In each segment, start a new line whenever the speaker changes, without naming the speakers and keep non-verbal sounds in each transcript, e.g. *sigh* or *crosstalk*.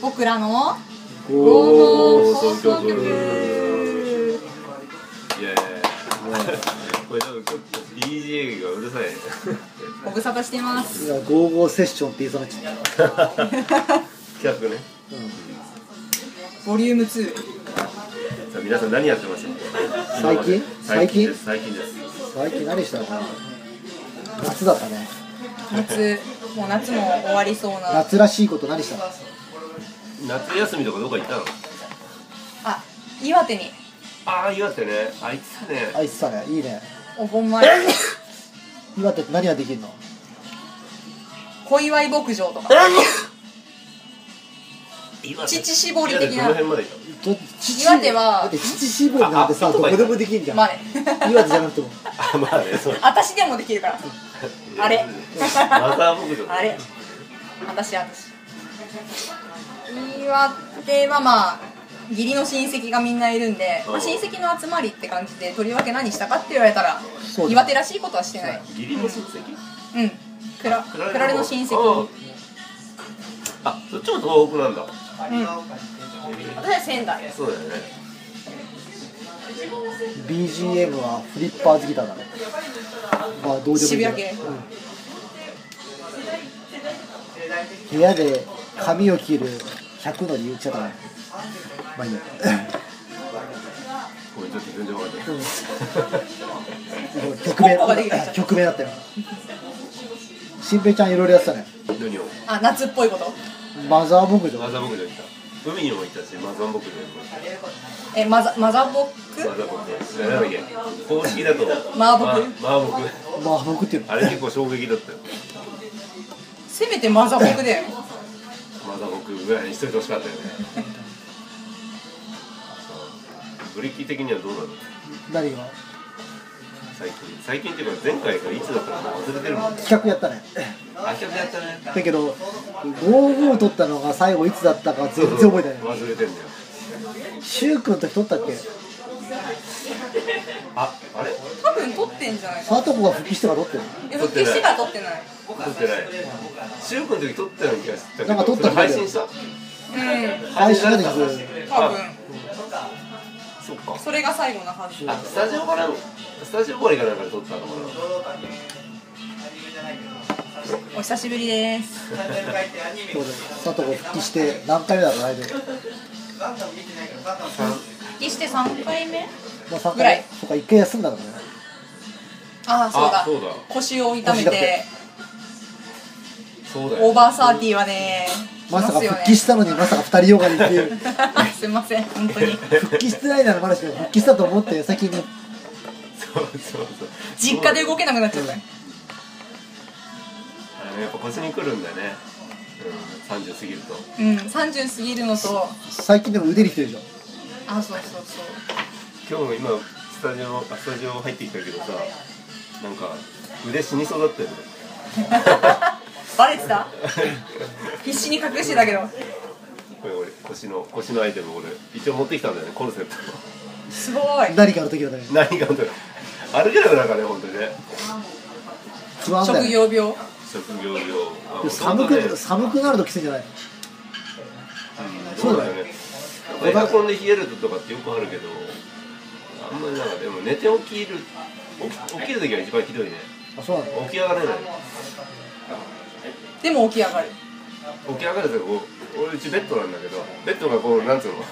僕らの
おー放送局
局
イエーイこれ多分ちょっと BGM がうるさいね
ご無沙汰しています
いや、ゴーゴーセッションって言いそうになっちゃった。
企画ね
ボリューム2
さあ皆さん何やってました
最近
最近です最近です
最近何したのかな夏だったね。
夏もう夏も終わりそうな
夏らしいこと何したの
夏休みとかどこ行ったの
あ岩手に
ああ岩手ねあいつね
あいつさね、いいね。
お盆前
岩手って何ができるの
小祝牧場とか
岩
乳搾り的な
岩手どの辺まで行っ
ちょ父
岩手は
だって父絞りなんて
あ
さ、
あ
どこでもできんじゃん。
まあね *laughs*
岩手じゃなくても。
たのあまあねそう
私でもできるからあれ
マザー牧場
あれ私私岩手はまあ義理の親戚がみんないるんで、まあ、親戚の集まりって感じでとりわけ何したかって言われたら
そうだ
岩手らしいことはしてない
義理の親戚
うんくらくられの親
あ
戚
あそっちも東北なんだ
うん私は仙台
そうだよね
BGM はフリッパーズギターだね。まあ、どうでもいいけど
渋谷系
うん部屋で髪を切る100の理由言っちゃったね。まあいいや。
ごめんちょっと全然わかんない
曲
ポ
名
ッポがで
*laughs*
きてきた
曲名だったよ新平ちゃんいろいろやってたね
何を
あ夏っぽいこと
マザー牧
マ
場
ザー牧場行った海にも行ったしマザー牧場にも行っ
えマザマザボ
たマ
ッ
ザー牧場なんだっけ公式だと
マー牧
ママー牧
まあ僕っていうの
あれ結構衝撃だったよ
クせめてマザボックだよね
マザー牧場ぐらいにしといてほしかったよねそうブリッキー的にはどうなの
何が
最近最近っていうか前回がいつだったかもう忘れてるもんね
企画やったね
あきゃやったね
だけど55取ったのが最後いつだったか全然覚えてない
忘れてんだよ
柊君の時取ったっけ
ああれ
多分取ってんじゃないか
佐藤子が復帰してから取ってる
え復帰してから取ってない
撮ってない中学の時撮ってたような気がしたけど
なんか撮った
それ配信した
うん
配信ができず
多分
そっか
それが最後のはず
あスタジオからスタジオ終わりかなんかで撮ったのかな
お久しぶりです
そうだよ佐藤子復帰して何回目だろうライブ
復帰して3回目
まあ3
ぐらい
回そうか1回休んだのね
ああそうだ
あそうだ
腰を痛め
腰だけ
て
そうだよ
オーバーサーティーはね
まさか
来
復帰
す
したのにまさか2人よがりってい
よ
う
ね *laughs* すいません本当に
復帰してないならまだしも復帰したと思って先に
そうそうそう
実家で動けなくなっちゃった
あのやっぱ腰に来るんだよねうん30過ぎると
うん30過ぎるのと
最近でも腕にきてるでしょ
あそうそうそう
今日も今スタジオあスタジオ入ってきたけどさなんか腕死にそうだったよね
バレてた必死に隠してたけど
これ俺腰の腰のアイテム俺一応持ってきたんだよねコルセット *laughs*
すごい
何かの時はね
何が本当に歩けなくなるからね本当にね
不安だ
職
よ
業病
職業病
でも寒
そ
く寒くなるときついんじゃないの
うだよねエアコンで冷えるとかってよくあるけどあんまりなんかでも寝て起きる起き起きる時が一番ひどいね
あそうなの
起き上がれない
でも起き上がる
起き上がるとこう俺うちベッドなんだけどベッドがこう
*laughs*
なんつうのこ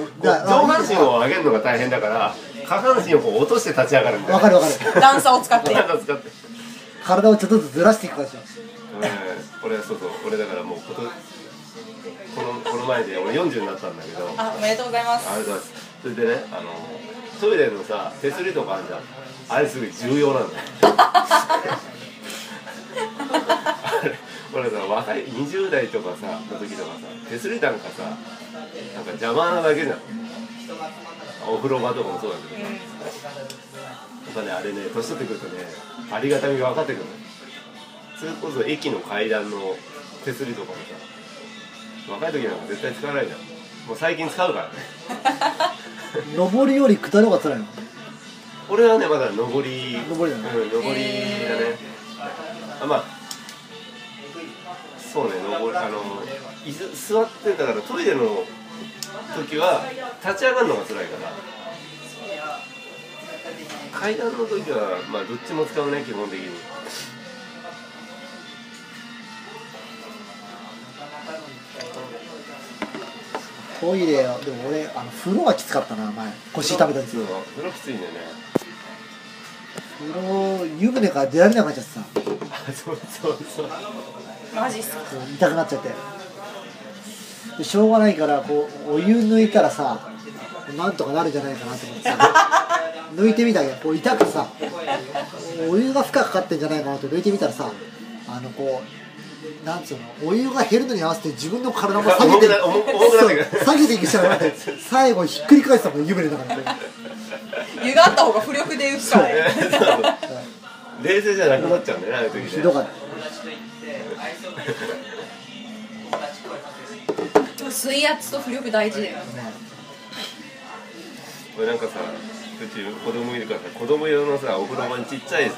う上
だから
半身を上げるのが大変だから下半身をこう落として立ち上がるみたいな
わかるわかる
段差を使って
*laughs* なんか使って
体をちょっとずつずらしていく感じよ
俺俺はそうそう俺だからもうことこのこの前で俺40になったんだけど
あおめでとうございます
ありがとうございます。それでね、あのトイレのさ、手すりとかあるじゃん。あれすごい重要なんだよ。あれ俺さ、若い20代とかさ、の時とかさ、手すりなんかさ、なんか邪魔なだけじゃん。お風呂場とかもそうだけど、やっぱね、あれね、年取ってくるとね、ありがたみが分かってくるのよ。それこそ駅の階段の手すりとかもさ、若い時なんか絶対使わないじゃん。もう最近使うからね。
上るより下る方が辛いの
俺はねまだ上り
上りだね
うん、上りだね、あまあそうね登るあの椅子座ってだからトイレの時は立ち上がるのが辛いから階段の時はまあどっちも使うね基本的に
トイレでも俺あの風呂はきつかったな前腰痛めたんですよ
それはきついんだよね
風呂湯船から出られなくなっちゃってさ
あそうそう
*laughs*
そう
マジっすか
こう痛くなっちゃってでしょうがないからこうお湯抜いたらさなんとかなるんじゃないかなと思ってさ *laughs* 抜いてみたけどこう痛くてさお湯が負荷かかってんじゃないかなと抜いてみたらさあのこうなんつうのお湯が減るのに合わせて自分の体も下げて
重くな重く重くなってくる
そう下げていくしかなくて最後ひっくり返したもん湯船だからね
湯があった方が浮力で浮くからね
冷静じゃなくなっちゃうんだよねああいう時ね
ひどかった
でも *laughs* 水圧と浮力大事だよ
ね
俺なんかさうち子供いるからさ子供用のさお風呂場にちっちゃい椅子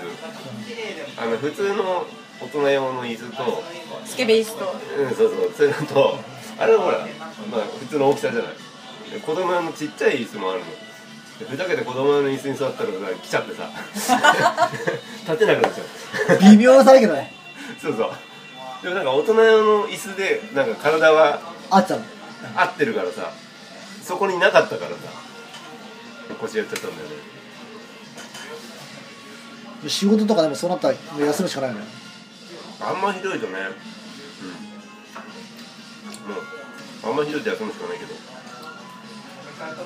あの普通の大人用の椅子と
スケベイスト *laughs*
うんそうそうそれのとあれはほらまあ普通の大きさじゃないで子供用のちっちゃい椅子もあるのでふざけて子供用の椅子に座ったらさ来ちゃってさ *laughs* 立てなくなっちゃう *laughs*
微妙だけどね
そうそうでもなんか大人用の椅子でなんか体は
あっちゃん
合ってるからさそこになかったからさ腰やっちゃったんだよね
仕事とかでもそうなったらもう休むしかないのよ
あんまひどいとね、うん、もうあんまひどいと休むしかないけどま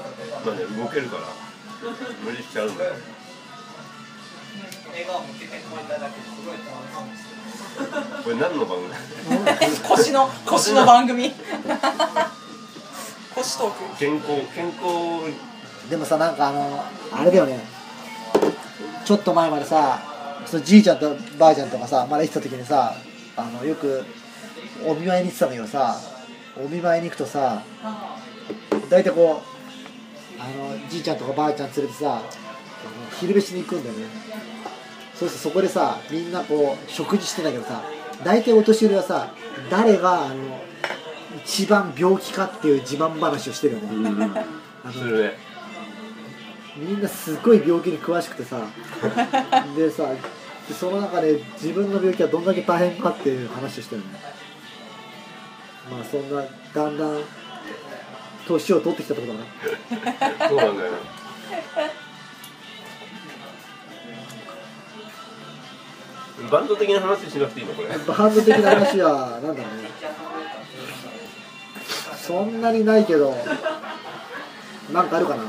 あね動けるから無理しちゃうんだよこれ何の番組
腰の腰の番組 *laughs* 腰トーク
健康健康
でもさなんかあのあれだよねちょっと前までさそのじいちゃんとばあちゃんとかさまだ生きてた時にさあのよくお見舞いに行ってたんだけどさお見舞いに行くとさ大体こうあのじいちゃんとかばあちゃん連れてさあの昼飯に行くんだよねそうするとそこでさみんなこう食事してんだけどさ大体お年寄りはさ誰があの一番病気かっていう自慢話をしてるよね、あの
するね
みんなすごい病気に詳しくてさでさでその中で自分の病気はどんだけ大変かっていう話をしてるねまあそんなだんだん年を取ってきたところだな
そうなんだよねバンド的な話しなくていいのこれ
バンド的な話はなんだろうねそんなにないけどなんかあるかな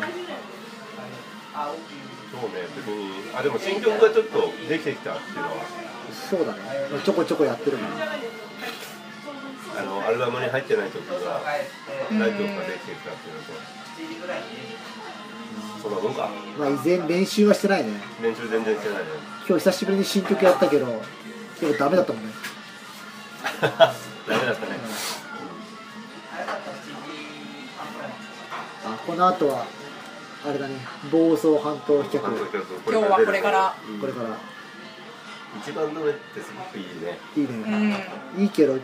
そうね、別に、あ、でも新曲がちょっとできてきたっていうのは、
そうだねちょこちょこやってるから
あの、アルバムに入ってない曲が、ない曲ができてきたっていうのと、そんなもんか、
まあ依然練習はしてないね
練習全然してないね。
今日久しぶりに新曲やったけど結構ダメだったもんね
*laughs* ダメだったね。
あこの後はあれだね房総半島飛脚
今
こ
今日はこれから
れから
一番止めってすごくいいね。
いいうね、
ん *laughs*
いいけど今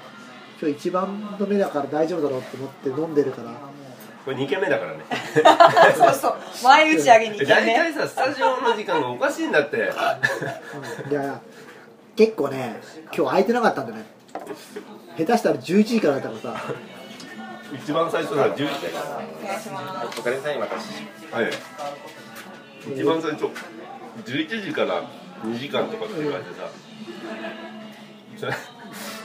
日一番止めだから大丈夫だろうと思って飲んでるから
これ2軒目だからね。
そうそう前打ち上げに行
大
ける
体
ね
さ、スタジオの時間がおかしいんだ
*laughs*
って。
いやいや結構ね今日空いてなかったんだね下手したら11時からだったからさ
一番最初なら10時だよ
お願いします
おかえりなさい、今から。
はい。一番最初、11時から2時間とかって感じでさ、 *laughs* それ、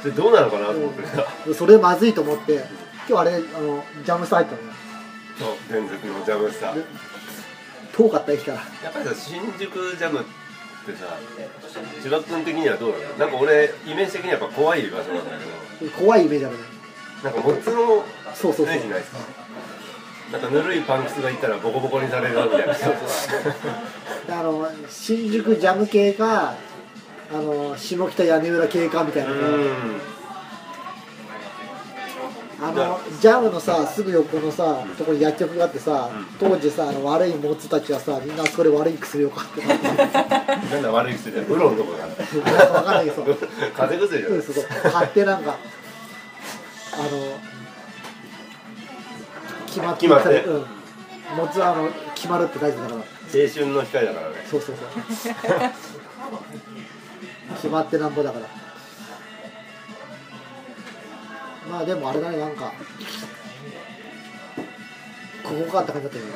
それどうなのかなと思ってさ、
それまずいと思って今日あれあのジャムスター入ったのね
そう連続のジャムさ、やっ
遠かった駅から
ぱりさ、新宿ジャムってさ、千葉君的にはどうなのなんか俺、イメージ的にはやっぱ怖い場所なんだけ
怖いイメージあるね
ど、なんかモッツの
そうそ
イ
うそ
メ
う
ージないですかなんかぬるいパンクスがいたらボコボコにされるみたいなさ、
であの新宿ジャム系かあの下北屋根裏系かみたいうなね、
ん、
あのジャムのさすぐ横のさとこに薬局があってさ当時さあの悪いモッツたちはさみんなあそこで悪い薬を買ってたっていう
なんだ悪い癖じゃん、ウロンのとこがある。
分かんないけどさ
*laughs* 風邪薬じゃない
そうそう買ってなんかあの決まって
決まって
うんもつあの決まるって大事だから
青春の光だからね
そうそうそう
*laughs*
決まってなんぼだからまあでもあれだねなんかここかって感じだったよね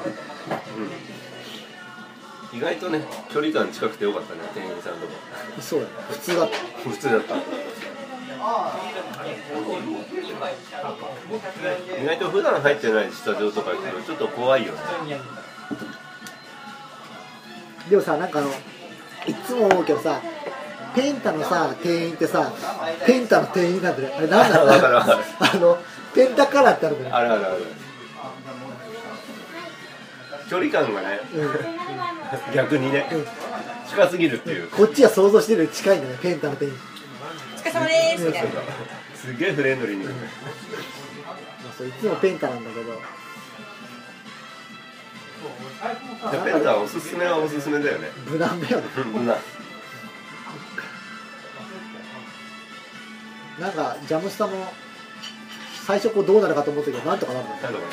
うん意外とね距離感近くてよかったね店員さんとか
そうだね普通だった
普通だった意外と普段入ってないスタジオとか行くとちょっと怖いよね
でもさなんかあのいっつも思うけどさペンタのさ店員ってさペンタの店員なんだねあれなんだろ
*laughs*
う
わかるわかる
あのペンタカラーってあるんだよね
あるあるある距離感がね
うん、
逆にね
うん
近すぎるっていう
こっちは想像してるより近いんだねペンタの店員、
お疲れ様でーすみたいな
すげえフレンドリーに
まあ、そういつもペンタなんだけど
ペンタはおすすめはおすすめだよね
無難だよね
うんな
なんかジャムスタも最初こうどうなるかと思ったけどなんとかなるんだね
なんだこ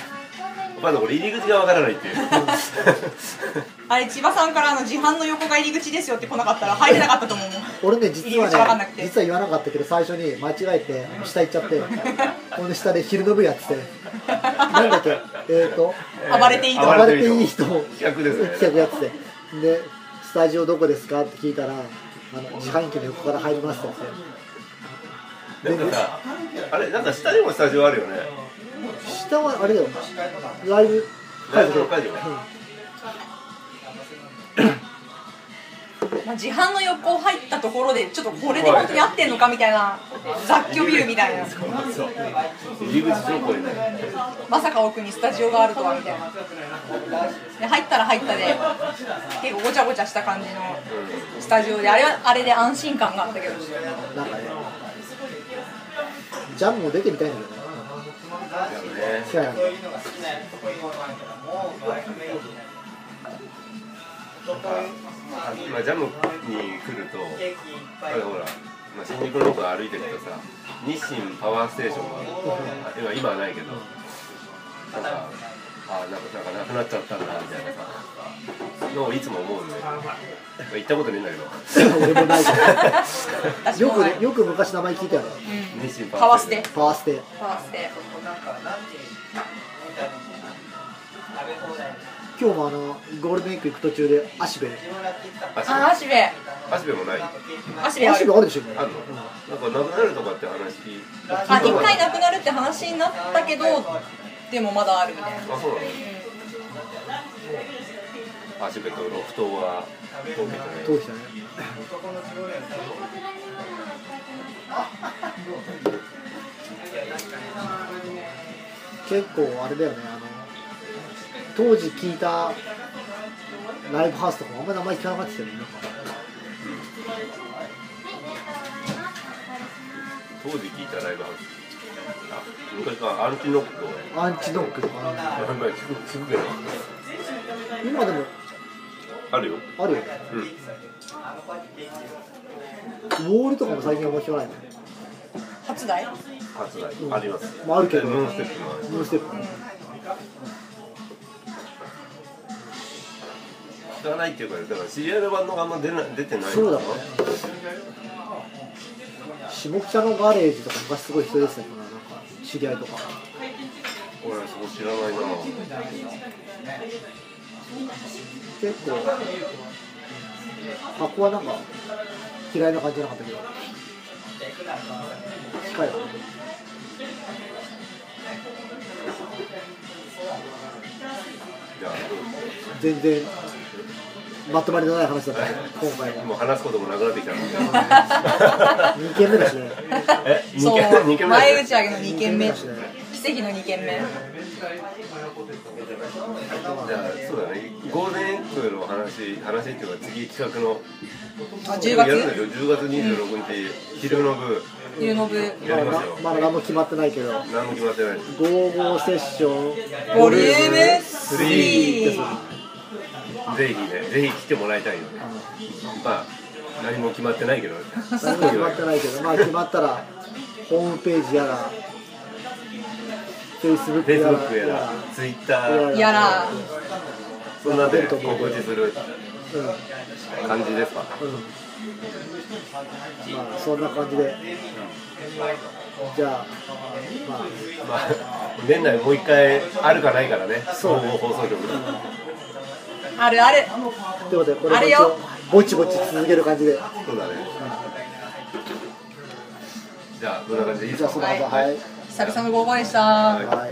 れまだこれ入り口がわから *laughs* ないっていう
あれ千葉さんからあの自販の横が入り口ですよって来なかったら入れなかったと思うもん
俺ね実は
入り口わかんな
ね
くて
実は言わなかったけど最初に間違えて下行っちゃ
*laughs*
ってこの下で昼の部やっててなんだっけえっ、ー、と
暴れていいと
えー
暴れていい人を
企画ですね
企画やっててでスタジオどこですかって聞いたらあの自販機の横から入りますと
なんかさあれなんか下にもスタジオあるよね
下はあれだよライブ
ライブの会場
まあ、自販の横入ったところでちょっとこれで本当に合ってんのかみたいな雑居ビルみたいな
そうそう入り口情報にね
まさか奥にスタジオがあるとはみたいなで入ったら入ったで結構ごちゃごちゃした感じのスタジオであれはあれで安心感があったけど
うんなんかねジャムも出てみたいんだけどね
だよね
そうやね
まあ、ジャムに来ると、あれほら、まあ、新宿の方から歩いてるとさ、日清パワーステーションがある、今今はないけど、なんか、あなんかなんかなくなっちゃったんだみたいなさ、のをいつも思うんで、行ったことねえんだけど、
俺もない
*laughs*
から
私
よ
も
く
ない
ねよく昔名前聞いたよね
日清パ
か
ワ
わ
ース
し
テー
て
ション。
パワーステ
かわして
今日もあのゴールデンウィーク行く途中で足部
あー
パ
足部
ワーステーション。足部もない
足部あ
足
る
部あるでしょ今
あんのなんかなくなるとかって話聞いた
あ一回
だ
なくなるって話になったけどでもまだあるみたいな
あ、そうなの足部とロフトは東京じゃない
頭皮だね結構あれだよねあの当時聞いたライブハウスとかもあんまり名前聞かなかったよねなんか
当時聞いたライブハウスあ昔はアンチノックを
アンチノックとかね
あんまり聞く聞くけど
今でも
あるよ
あるよね
うん
ウォールとかも最近あんま聞かないね
初代うん
発売あります
まああるけど
ノンステップもある
ノンステップ
聞かないっていうかだから知り合いのバンドがあんま出な出てない
そうだもんね下北のガレージとか昔すごい人でしたけどななんか知り合いとか
俺はそこ知らないな
結構箱はなんか嫌いな感じじゃなかったけど近いよね
じゃ
全然まとまりのない話だったね今回
あ
は
もう話すこともなくなってきたの
2件目だしね
え二
そう
軒二軒目
前打ち上げの2軒目
だ
奇
しね
跡の2軒目
じゃあそうだねゴールデンウィークの話話っていうか次企画の
あ10
やるんだ
月
よ10月26日、昼の部
昼の部
やりま
まだ
すよ
まだ何も決まってないけど
何も決まってない
「55セッション」
ボリューム
で
3
す
ぜひね、ぜひ来てもらいたいよね。まあ、何も決まってないけど、
何も決まってないけどまあ決まったらホームページやらフェイスブ
フ
ック
ェイス
や
ブ
ら
ックやらツイッタ
や
ー
やら
そんなんで告知する
うんうん
感じですか
まあそんな感じでじゃあま
まあ年内もう一回あるかないからね
そう
総合放送局
あるある
あということでこれも一
あれよ
応ぼちぼち続ける感じで
そうだねじゃあこんな感じでいい
じ
で
ゃ
す
あそ
か
のままはい
久々の合コンでした
はい
はい